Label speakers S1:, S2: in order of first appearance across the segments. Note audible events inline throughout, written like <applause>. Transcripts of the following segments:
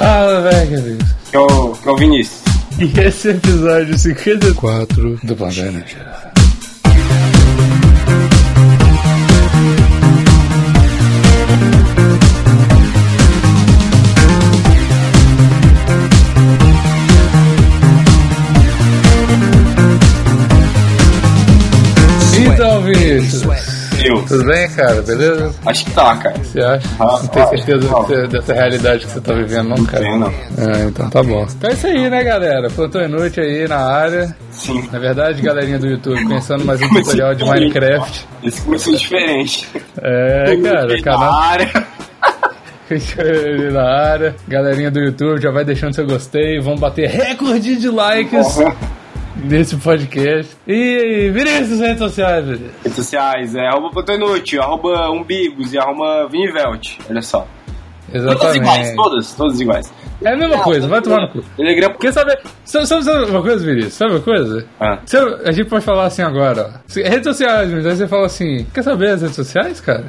S1: Ah, velho,
S2: Que é o, que é o Vinícius.
S3: E esse é o episódio 54.
S1: 4 do Pantera Geral. Então, Vinícius,
S2: Eu.
S1: tudo bem, cara? Beleza?
S2: Acho que tá, cara.
S1: Você acha?
S2: Ah,
S1: Não tem
S2: ah,
S1: certeza
S2: ah.
S1: dessa- dessa realidade que você tá vivendo, não, cara?
S2: Tenho, não.
S1: Ah, então tá bom. Então é isso aí, né, galera? Plantão Inútil aí na área.
S2: Sim.
S1: Na verdade, galerinha do YouTube, pensando mais um tutorial de Minecraft.
S2: Esse começou diferente.
S1: É, cara, canal <laughs>
S2: Na área.
S1: ali na área. Galerinha do YouTube, já vai deixando seu gostei. Vamos bater recorde de likes nesse podcast. E Vinícius, redes sociais, Vinícius.
S2: Redes sociais, é arroba Plantão Inútil, arroba Umbigos e arroba Vinivelt. Olha só. Todas iguais,
S1: Exatamente.
S2: todas, todas iguais.
S1: É a mesma coisa, vai tomar no cu.
S2: Telegram.
S1: Quer saber? Sabe, sabe, sabe uma coisa, Vinícius? Sabe uma coisa?
S2: Ah.
S1: Sabe- a gente pode falar assim agora, ó. Se- Redes sociais, mas aí você fala assim: quer saber as redes sociais,
S2: <laughs>
S1: cara?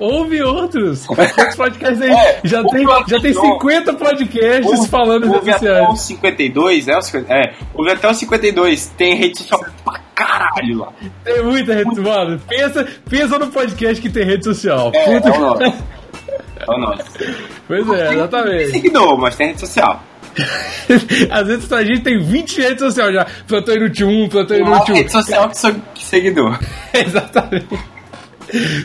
S1: Ouve outros. Outros podcasts aí. já,
S2: É. ouve
S1: tem,
S2: o
S1: já tem
S2: anterior.
S1: 50 podcasts falando em
S2: houve
S1: redes
S2: até o
S1: sociais.
S2: 52, né? o 50 É, houve até o 52. Tem rede social pra caralho lá.
S1: Tem muita rede. Mano, pensa, pensa no podcast que tem rede social.
S2: É, é
S1: Puta
S2: o nosso.
S1: que-
S2: É o nosso.
S1: <laughs> Pois é,
S2: Tem
S1: exatamente. <laughs>
S2: seguidor, mas tem rede social.
S1: Às vezes a gente tem 20 redes sociais já. Plantão Inútil 1, Plantão
S2: Tem uma
S1: Inútil
S2: rede social que sou que seguidor.
S1: <laughs> Exatamente.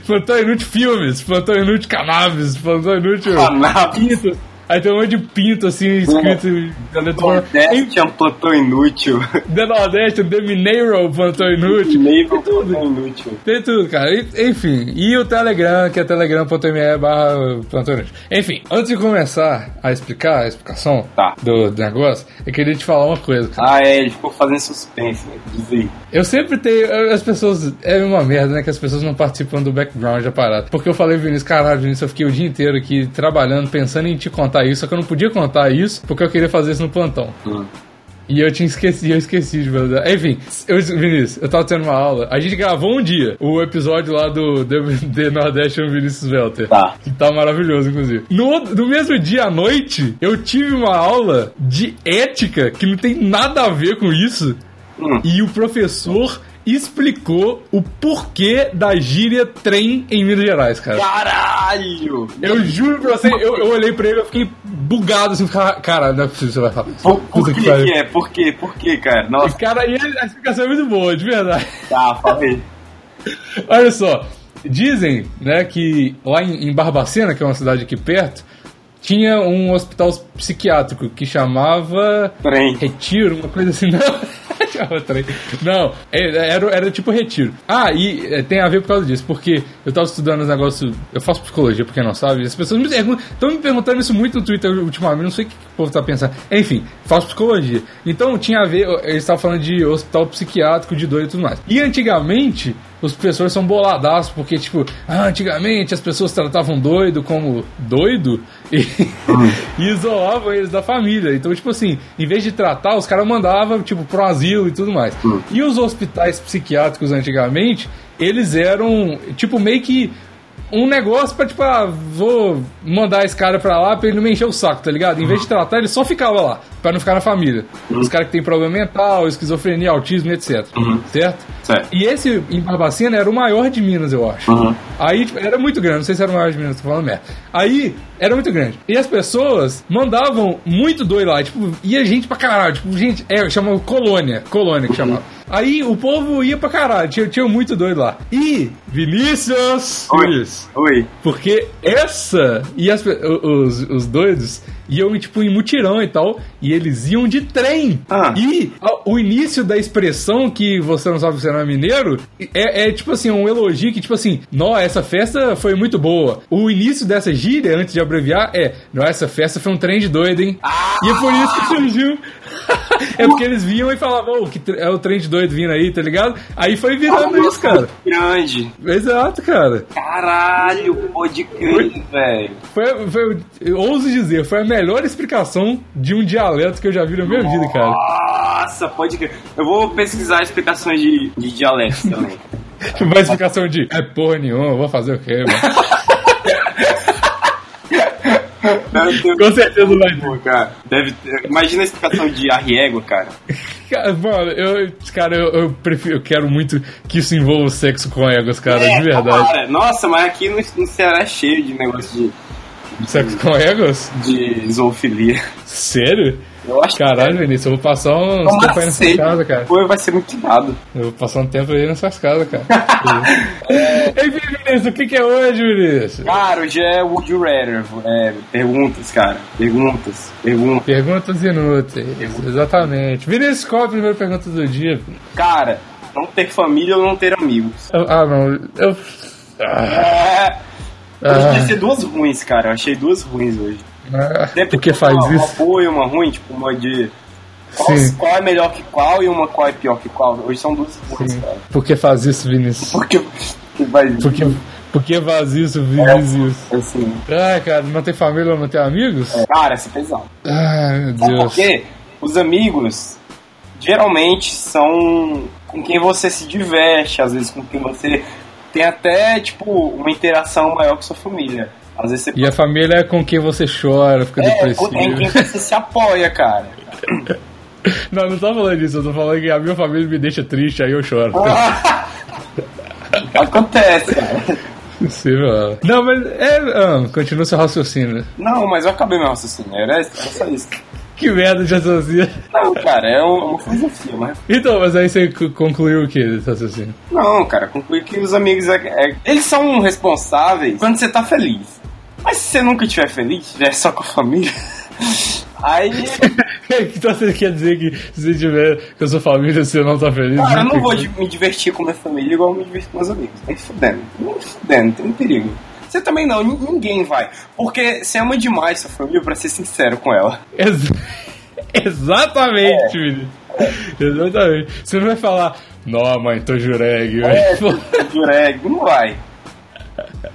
S1: Plantão Inútil Filmes, Plantão Inútil Cannabis, Plantão Inútil
S2: Cannabis.
S1: Pinto. Aí tem um monte de pinto assim, escrito na letra. Em-
S2: Nordeste é um plantão inútil.
S1: The Nordeste, The Mineiro, Plantão Inútil.
S2: Nível um plantão inútil.
S1: Tem tudo, cara. E- Enfim, e o Telegram, que é telegram.me barra Plantão Inútil. Enfim, antes de começar a explicar a explicação
S2: Tá.
S1: do do negócio, eu queria te falar uma coisa, cara.
S2: Ah, é, ele ficou fazendo suspense. né? Diz aí.
S1: Eu sempre tenho. As pessoas. É uma merda, né? Que as pessoas não participam do background da parada. Porque eu falei, Vinícius, caralho, Vinícius, eu fiquei o dia inteiro aqui trabalhando, pensando em te contar isso, só que eu não podia contar isso porque eu queria fazer isso no plantão.
S2: Hum.
S1: E eu tinha esquecido, eu esqueci de verdade. Enfim, eu, Vinícius, eu tava tendo uma aula. A gente gravou um dia o episódio lá do The, The Nordeste no Vinícius Welter.
S2: Tá.
S1: Que tá maravilhoso, inclusive. No, outro- no mesmo dia à noite, eu tive uma aula de ética que não tem nada a ver com isso.
S2: Hum.
S1: E o professor explicou o porquê da gíria trem em Minas Gerais, cara.
S2: Caralho!
S1: Eu juro pra você, eu, eu olhei pra ele eu fiquei bugado assim, cara, cara, não é possível que você vai falar isso.
S2: Por, por
S1: Puta
S2: que,
S1: que
S2: que
S1: pariu.
S2: é? Por que? Por que,
S1: <laughs>
S2: cara? Nossa,
S1: Cara, e a explicação é muito boa, de verdade. <laughs>
S2: tá, falei.
S1: Olha só, dizem, né, que lá em, em Barbacena, que é uma cidade aqui perto, tinha um hospital psiquiátrico que chamava
S2: Trem.
S1: um Retiro, uma coisa assim, <laughs> não. Chamava trem. Não, é- era, era tipo retiro. Ah, e é, tem a ver por causa disso, porque eu tava estudando os negócios. Eu faço psicologia, porque não sabe. e As pessoas me perguntam. Estão me perguntando isso muito no Twitter ultimamente, não sei o que, que o povo tá pensando. Enfim, faço psicologia. Então tinha a ver. Eles estavam falando de hospital psiquiátrico, de doido e tudo mais. E antigamente, os professores são boladaços, porque, tipo, ah, antigamente as pessoas tratavam doido como doido e, <laughs> e isolavam eles da família. Então, tipo assim, em vez de tratar, os caras mandavam, tipo, pro asilo e tudo mais. E os hospitais psiquiátricos antigamente, eles eram, tipo, meio que um negócio pra, tipo, ah, vou mandar esse cara pra lá pra ele não me encher o saco, tá ligado? Em vez de tratar, ele só ficava lá, pra não ficar na família. Os caras que têm problema mental, esquizofrenia, autismo, etc. Certo?
S2: Certo.
S1: E esse em Barbacena era o maior de Minas, eu acho.
S2: Uhum.
S1: Aí tipo, era muito grande, não sei se era o maior de Minas, tô falando merda. Aí era muito grande. E as pessoas mandavam muito doido lá, tipo, ia gente pra caralho, tipo, gente, é, chamava colônia, colônia que chamava. Aí o povo ia pra caralho, tinha, tinha muito doido lá. E Vinícius!
S2: Oi.
S1: Vinícius.
S2: Oi.
S1: Porque essa e as pe- os, os doidos iam tipo em mutirão e tal, e eles iam de trem.
S2: Ah.
S1: E a- o início da expressão que você não sabe que você não é mineiro é, é, tipo assim, um elogio que tipo assim, nó, essa festa foi muito boa. O início dessa gíria, antes de abreviar, é, nó, essa festa foi um trem de doido, hein? E é por isso que surgiu. <laughs> é porque eles vinham e falavam, ô, que tre- é o trem de doido vindo aí, tá ligado? Aí foi virando
S2: assim?
S1: isso, cara.
S2: Grande.
S1: Exato, cara.
S2: Caralho, pode crer, velho.
S1: Foi, foi, eu ouso dizer, foi a melhor explicação de um dialeto que eu já vi na minha vida, cara.
S2: Nossa, pode crer. Eu vou pesquisar explicações de, de dialetos também.
S1: Uma explicação de é porra nenhuma, eu vou fazer o quê, mano?
S2: Deve
S1: <laughs>
S2: ter-
S1: Com certeza vai ter.
S2: Pô, cara, deve ter- Imagina a explicação de arriego, cara.
S1: Cara, Mano, eu, cara, eu, eu prefiro, eu quero muito que isso envolva o sexo com egos, cara, de verdade.
S2: Tomara. Nossa, mas aqui no, no Ceará é cheio de negócio
S1: Sexo com egos?
S2: de, de zoofilia.
S1: Sério?
S2: Eu acho é
S1: Caralho, Vinícius, eu vou passar uns
S2: Tomara
S1: tempo aí na sua
S2: cedo.
S1: tá casa, cara.
S2: que foi, vai ser muito dado.
S1: Eu vou passar um tempo aí nas suas casas, <laughs> cara. Enfim, Vinícius, o que, que é hoje, Vinícius?
S2: Cara, hoje é Would You Rather. É, perguntas, cara. Perguntas, perguntas.
S1: Perguntas inúteis, exatamente. Vinícius, qual é a primeira pergunta do dia?
S2: Cara, não ter família ou não ter amigos?
S1: Eu- ah, não, eu... Ah,
S2: É, hoje
S1: Ah.
S2: vai ser duas ruins, cara. Eu achei duas ruins hoje.
S1: ah,
S2: Sempre
S1: por que
S2: né? tem
S1: faz
S2: uma, Uma
S1: isso?
S2: boa e uma ruim, tipo, uma de. Qual,
S1: Sim.
S2: qual é melhor que qual e uma qual é pior que qual? Hoje são duas ruins, cara.
S1: Por que faz isso, Vinícius?
S2: Porque. Que vai.
S1: Por que, por que faz isso, Vinícius?
S2: Assim.
S1: Ah, cara, não tem família ou não tem amigos?
S2: Cara, essa é pesado.
S1: Ah, meu
S2: Sabe por
S1: Deus.
S2: quê? Os amigos geralmente são com quem você se diverte, às vezes com quem você tem até, tipo, uma interação maior que sua família. Às vezes você
S1: E a família é com quem você chora, fica
S2: é,
S1: depressivo.
S2: com- em quem você se apoia,
S1: <laughs>
S2: cara.
S1: Não, não tô falando disso, eu tô falando que a minha família me deixa triste, aí eu choro.
S2: Ah. Acontece, cara.
S1: Possível, é. Não, mas é. ah, continua seu raciocínio.
S2: Não, mas eu acabei meu raciocínio. Era era só isso.
S1: Que merda de raciocínio.
S2: Não, cara, é um- uma filosofia, mas.
S1: Então, mas aí você c- concluiu o tá que desse <laughs> raciocínio?
S2: Não, cara, concluí que os amigos é, é- eles são responsáveis quando você tá feliz. Mas se você nunca estiver feliz, estiver só com a família, <laughs> aí,
S1: então você quer dizer que se tiver com a sua família você não tá feliz?
S2: cara, eu
S1: Nunca.
S2: não
S1: <laughs>
S2: vou de- me divertir com minha família igual eu me diverto com meus amigos. Nem fudendo, nem fudendo, tem um perigo. Você também não, nin- ninguém vai. Porque você ama demais sua família, pra ser sincero com ela.
S1: Ex-
S2: É.
S1: Exatamente, menino. Exatamente. Você não vai falar, não, mãe, tô jureg.
S2: É, Jureg, não vai.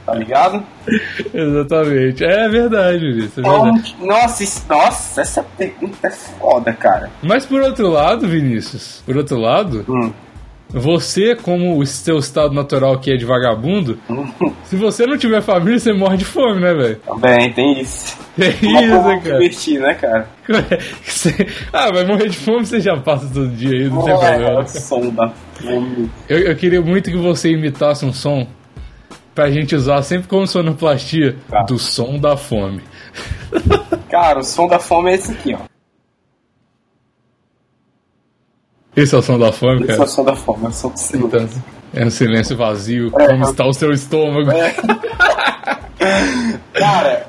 S2: Tá ligado?
S1: <laughs> Exatamente. É verdade, menino. isso É
S2: Então,
S1: verdade.
S2: nossa, isso- nossa, essa pergunta é foda, cara.
S1: Mas por outro lado, Vinícius, por outro lado,
S2: Hum.
S1: Você, como o seu estado natural que é de vagabundo,
S2: Hum.
S1: se você não tiver família, você morre de fome, né, velho? <laughs>
S2: Também, tem isso.
S1: É
S2: Como eu vou me
S1: isso,
S2: divertir, né, cara?
S1: cara. Você- <laughs> Ah, vai morrer de fome, você já passa todo dia aí, não tem problema.
S2: Nossa, é, som da fome.
S1: Eu, eu queria muito que você imitasse um som pra gente usar sempre como sonoplastia
S2: Tá.
S1: do som da fome.
S2: Cara, o som da fome é esse aqui, ó.
S1: Esse é o som da fome,
S2: Esse é o
S1: cara.
S2: som da fome, É. é o som do silêncio.
S1: Então, é um silêncio vazio. Como está o seu estômago?
S2: Cara,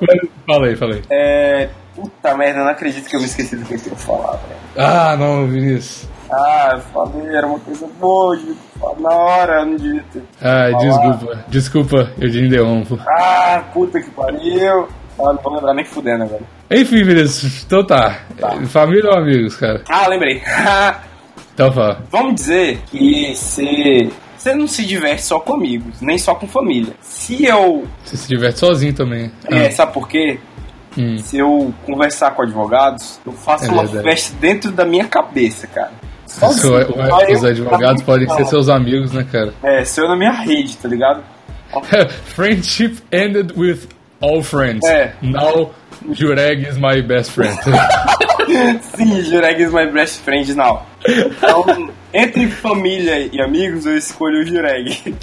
S1: Fala aí, fala aí.
S2: é. Puta merda, eu não acredito que eu me esqueci do que eu ia falar, velho.
S1: Ah, não, Vinícius.
S2: Ah, eu falei, era uma coisa boa, eu devia ter falado na hora, eu não devia ter.
S1: Ah, desculpa. Desculpa, Eugene Deon.
S2: Ah, puta que pariu. Ah, não vou lembrar nem fudendo agora.
S1: Enfim, Vinícius, então tá. Família ou amigos, cara?
S2: Ah, lembrei. <laughs>
S1: Então fala.
S2: Vamos dizer que se. Você não se diverte só com amigos, nem só com família. Se eu
S1: Você se diverte sozinho também.
S2: É, sabe por quê?
S1: Hum.
S2: Se eu conversar com advogados, eu faço
S1: É
S2: uma
S1: verdade.
S2: festa dentro da minha cabeça, cara.
S1: Ah,
S2: Só
S1: os,
S2: assim, só eu
S1: os advogados
S2: na minha-
S1: podem ser seus amigos, né, cara? <laughs>
S2: É, sou eu na minha rede, tá ligado?
S1: Friendship ended with all friends.
S2: É.
S1: Now, Jureg is my best friend.
S2: <laughs> Sim, Jureg is my best friend now. Então, entre família e amigos, eu escolho o Jureg.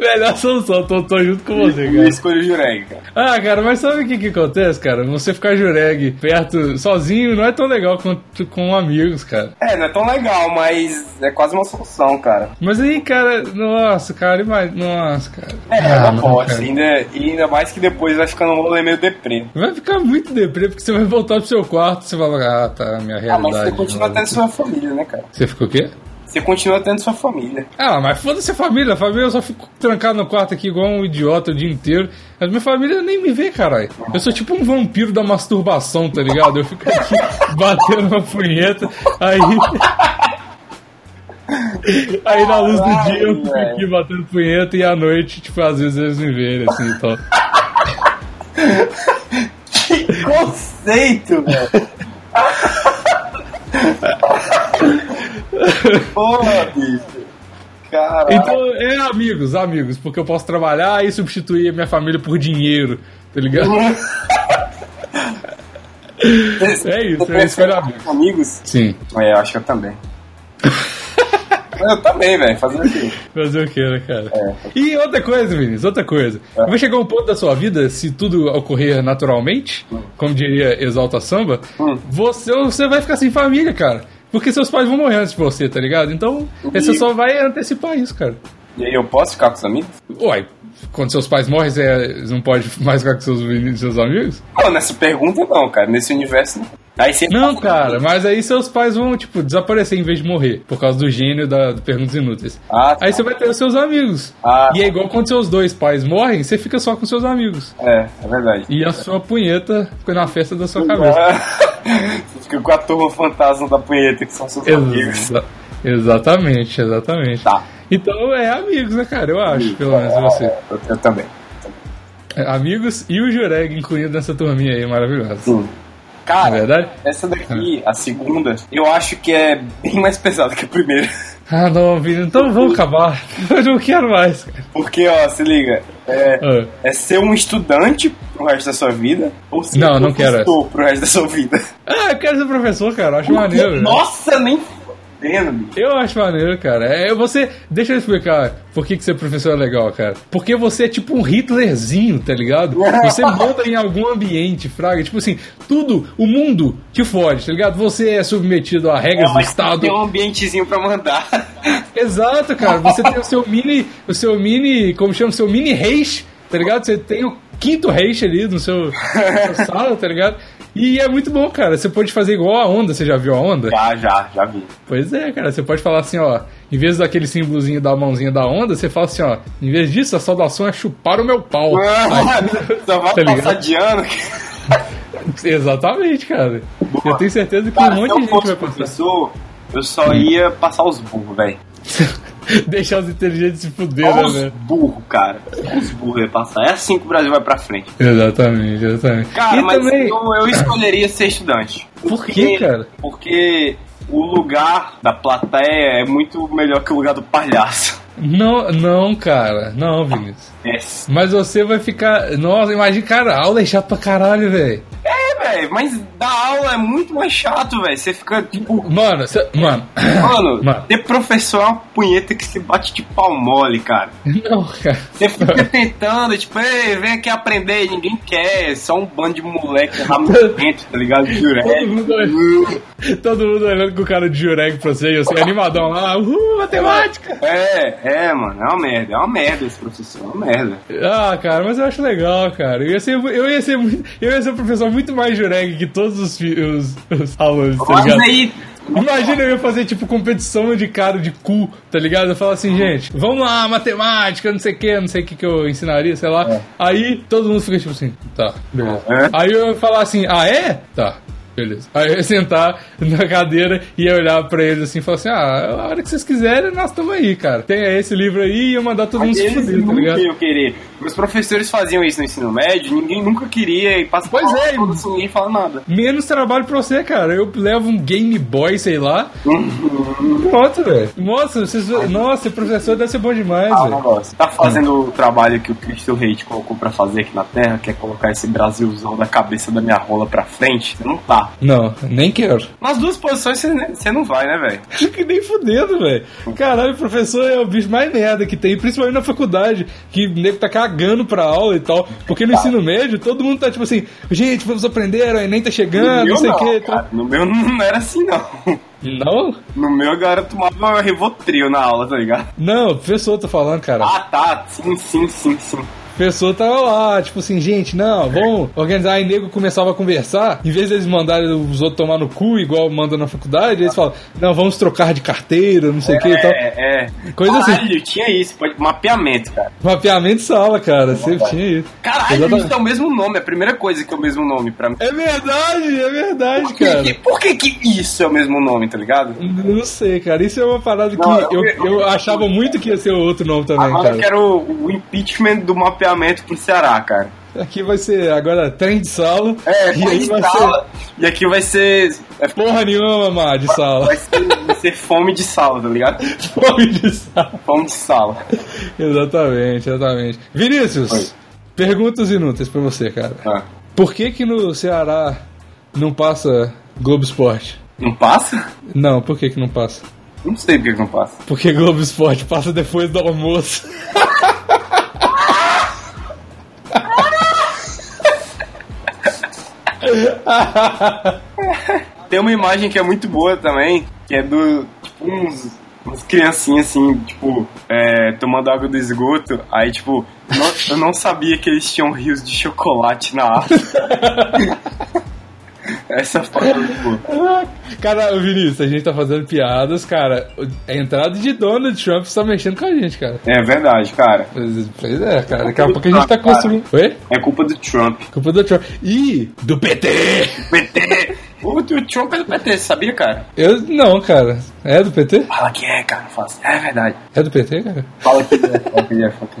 S1: Melhor solução, tô, tô junto com você,
S2: Eu
S1: cara.
S2: escolho o Jureg, cara.
S1: Ah, cara, mas sabe o que que acontece, cara? Você ficar Jureg perto, sozinho, não é tão legal quanto com amigos, cara.
S2: É, não é tão legal, mas é quase uma solução, cara.
S1: Mas aí, cara, nossa, cara, mas, nossa, cara.
S2: É, é
S1: Ah, não,
S2: uma bosta.
S1: cara.
S2: Ainda, e ainda mais que depois vai ficando um rolê meio deprê.
S1: Vai ficar muito deprê, porque você vai voltar pro seu quarto e você vai falar, ah, tá, minha
S2: Ah,
S1: realidade.
S2: mas você continua
S1: mano."
S2: tendo sua família, né, cara?
S1: Você ficou o quê?
S2: Você continua tendo sua família.
S1: Ah, mas foda-se a família, a família eu só fico trancado no quarto aqui igual um idiota o dia inteiro. Mas minha família nem me vê, caralho. Eu sou tipo um vampiro da masturbação, tá ligado? Eu fico aqui <laughs> batendo uma punheta, aí. <laughs> Aí na luz do dia eu fico aqui batendo punheta e à noite, tipo, às vezes eles me veem assim e tal.
S2: Que conceito, velho! Porra, bicho! Caralho.
S1: Então, é amigos, amigos, porque eu posso trabalhar e substituir a minha família por dinheiro, tá ligado? é isso, é isso,
S2: Depressão
S1: melhor amigo.
S2: com amigos?
S1: Sim,
S2: É, eu acho que
S1: <laughs>
S2: eu também. eu também, velho. Fazer o quê?
S1: fazer o que, né, cara? E outra coisa, meninos, outra coisa. Vai chegar um ponto da sua vida, se tudo ocorrer naturalmente, como diria Exalta Samba,
S2: Hum.
S1: você, você vai ficar sem família, cara. Porque seus pais vão morrer antes de você, tá ligado? Então, você
S2: E-
S1: só vai antecipar isso, cara.
S2: E aí eu posso ficar com os amigos?
S1: Uai, quando seus pais morrem, você não pode <laughs> mais ficar com seus, meninos, seus amigos?
S2: Não, nessa pergunta não, cara. Nesse universo não. Aí você
S1: Não, cara, mas aí seus pais vão, tipo, desaparecer em vez de morrer, por causa do gênio da, do Perguntas Inúteis.
S2: Ah, tá.
S1: Aí você vai ter os seus amigos.
S2: Ah,
S1: E é igual quando seus dois pais morrem, você fica só com seus amigos.
S2: É, é verdade.
S1: E a sua punheta fica na festa da sua cabeça.
S2: <laughs> Você fica com a turma fantasma da punheta, que são seus amigos.
S1: Exa- exatamente, exatamente.
S2: é Tá.
S1: Então é amigos, né, cara? Eu acho, pelo menos você.
S2: Eu, eu também.
S1: É, Amigos e o Jureg incluído nessa turminha aí maravilhosa.
S2: Sim.
S1: Na
S2: Cara,
S1: verdade?
S2: essa daqui, a segunda, eu acho que é bem mais pesada que a primeira. <laughs>
S1: Ah, não, Vini, então vamos acabar. <laughs> Eu não quero mais, cara.
S2: Porque, ó, se liga. É,
S1: Ah.
S2: é ser um estudante pro resto da sua vida ou ser
S1: Não,
S2: um
S1: não quero
S2: professor pro resto da sua vida?
S1: Ah, eu quero ser professor, cara. Eu acho <laughs> maneiro. né?
S2: Nossa, nem fudendo, bicho.
S1: Eu acho maneiro, cara. É, você. Deixa eu explicar por que, que ser professor é legal, cara. Porque você é tipo um Hitlerzinho, tá ligado? Você manda em algum ambiente, fraga. Tipo assim, tudo, o mundo te fode, tá ligado? Você é submetido a regras do
S2: mas
S1: Estado.
S2: tem um ambientezinho pra
S1: <laughs>
S2: mandar.
S1: Exato, cara. Você tem o seu mini. O seu mini. Como chama? O seu mini reis, tá ligado? Você tem o quinto reis ali no seu, na sua sala, tá ligado? E é muito bom, cara. Você pode fazer igual a onda. Você já viu a onda?
S2: Já, já, já vi.
S1: Pois é, cara, você pode falar assim, ó, em vez daquele símbolozinho da mãozinha da onda, você fala assim, ó, em vez disso, a saudação é chupar o meu pau.
S2: Ah! <laughs> Só vai
S1: Tá ligado?
S2: passar de ano.
S1: Exatamente, cara. Eu tenho certeza que um
S2: Cara, se
S1: monte
S2: eu
S1: de gente
S2: fosse
S1: vai passar. Hum.
S2: professor, eu só ia passar os burros, velho.
S1: <laughs> Deixar os inteligentes se fuder, né,
S2: Os
S1: velho?
S2: burros, cara. Só Os burros ia passar. É assim que o Brasil vai pra frente.
S1: Exatamente, exatamente.
S2: Cara,
S1: e
S2: mas
S1: também,
S2: eu, eu escolheria ser estudante.
S1: Por quê, cara?
S2: Porque o lugar da plateia é muito melhor que o lugar do palhaço.
S1: não, não, cara, não, Vinícius.
S2: É,
S1: Mas você vai ficar, nossa, imagina, cara, aula é chato pra caralho, velho.
S2: é velho, mas da aula é muito mais chato, velho. Você fica tipo.
S1: Mano, cê- mano, <laughs>
S2: Mano,
S1: Mano.
S2: ter professor é uma punheta que se bate de pau mole, cara.
S1: não, cara. <laughs>
S2: Você fica tentando, tipo, ei, vem aqui aprender, ninguém quer, é só um bando de
S1: <laughs>
S2: moleque ramento, tá ligado?
S1: Todo mundo-
S2: Direto.
S1: Todo mundo olhando com o cara de jureg pra você e você animadão lá, uhul, matemática!
S2: É, é, mano, é uma merda, é uma merda esse professor, é uma merda.
S1: Ah, cara, mas eu acho legal, cara. Eu ia ser, mu- eu ia ser, muito- eu ia ser um professor muito mais jureg que todos os, fi- os, os alunos, tá
S2: Mas
S1: ligado?
S2: aí,
S1: Imagina eu ia fazer, tipo, competição de cara de cu, tá ligado? Eu falo assim, gente, vamos lá, matemática, não sei o que, não sei o que que eu ensinaria, sei lá. Aí todo mundo fica tipo assim, tá, beleza.
S2: É.
S1: Aí eu ia falar assim, ah é? Tá, beleza. Aí eu ia sentar <laughs> na cadeira e ia olhar pra eles assim e falar assim, ah, a hora que vocês quiserem, nós estamos aí, cara. Tem esse livro aí e ia mandar todo mundo se
S2: eles
S1: fuder, tá
S2: nunca
S1: ligado?
S2: iam querer. Os professores faziam isso no ensino médio, ninguém nunca queria e passa
S1: Pois é,
S2: toda, assim, ninguém fala nada.
S1: Menos trabalho pra você, cara. Eu levo um Game Boy, sei lá.
S2: Uhum.
S1: Pronto, velho. Nossa, vocês... Nossa, professor deve ser bom demais,
S2: Ah,
S1: velho.
S2: negócio. Tá fazendo
S1: Hum.
S2: o trabalho que o Crystal Hate colocou pra fazer aqui na Terra, que é colocar esse Brasilzão da cabeça da minha rola pra frente? Não tá.
S1: Não, nem quero.
S2: Nas duas posições você ne- você não vai, né, velho?
S1: <laughs> que nem fudendo, velho. Caralho, professor é o bicho mais merda que tem, principalmente na faculdade, que o nego tá cagando pra aula e tal. Porque no ensino médio, todo mundo tá tipo assim, gente, vamos aprender, o Enem tá
S2: no
S1: chegando,
S2: meu
S1: não sei o tá.
S2: não,
S1: que.
S2: cara. No meu não era assim, não. <laughs>
S1: Não?
S2: No meu a galera tomava Rivotril na aula, tá ligado?
S1: Não, professor, tô falando, cara.
S2: Ah, tá. Sim, sim, sim, sim.
S1: pessoa tava lá, tipo assim, gente, não, vamos organizar. Aí nego começava a conversar, em vez deles mandarem os outros tomar no cu, igual manda na faculdade, eles falam, não, vamos trocar de carteira, não sei o que e tal.
S2: É, é.
S1: Tá. Coisa assim.
S2: Caralho, tinha isso. pode- Mapeamento, cara.
S1: Mapeamento de sala, cara, sempre tinha isso.
S2: Caralho,
S1: Exatamente.
S2: eles têm o mesmo nome. É a primeira coisa que é o mesmo nome pra mim.
S1: É verdade, é verdade,
S2: Por que-
S1: cara.
S2: que- por que que isso é o mesmo nome, tá ligado?
S1: Não sei, cara. Isso é uma parada
S2: Não,
S1: que eu,
S2: eu-
S1: eu, achava muito que ia ser outro nome também,
S2: Agora eu
S1: cara.
S2: quero o impeachment do mapeamento pro Ceará, cara.
S1: Aqui vai ser agora trem de sala.
S2: É,
S1: e aí
S2: trem de
S1: vai
S2: sala. E aqui vai ser. vai ficar-
S1: Porra nenhuma, Má, de sala. <laughs>
S2: Vai ser, vai ser fome de sala, tá ligado?
S1: Fome de sala.
S2: Fome de sala.
S1: Exatamente, exatamente. Vinícius,
S2: Oi.
S1: perguntas inúteis pra você, cara.
S2: Ah,
S1: Por que que no Ceará não passa Globo Esporte?
S2: Não passa?
S1: Não, por que que não passa?
S2: Não sei por que que não passa.
S1: Porque Globo Esporte passa depois do almoço.
S2: Tem uma imagem que é muito boa também, que é do. Tipo, uns. Umas criancinhas assim, tipo, é, tomando água do esgoto. Aí, tipo, não- eu não sabia que eles tinham rios de chocolate na África. <laughs> Essa foto é muito boa.
S1: <laughs> Cara, Vinícius, a gente tá fazendo piadas, cara. A entrada de Donald Trump tá mexendo com a gente, cara.
S2: É verdade, cara.
S1: Pois pois é, cara. Daqui a pouco a gente tá construindo. Oi?
S2: É culpa do Trump.
S1: Culpa do Trump. Ih, do PT!
S2: PT! O, o Trump é do PT, sabia, cara?
S1: Eu não, cara. É do PT?
S2: Fala que é, cara. Fala assim, é verdade.
S1: É do PT, cara?
S2: Fala que é, fala que é, fala que é.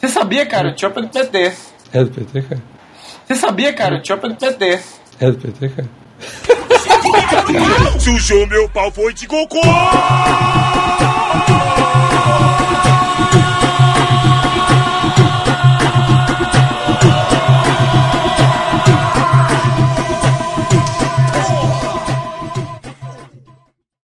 S2: Você sabia, cara? O Trump é do PT.
S1: É do PT, cara?
S2: Você sabia, cara? O Trump é do PT.
S1: É do PT, cara?
S4: Chuchu, meu pau foi de cocô!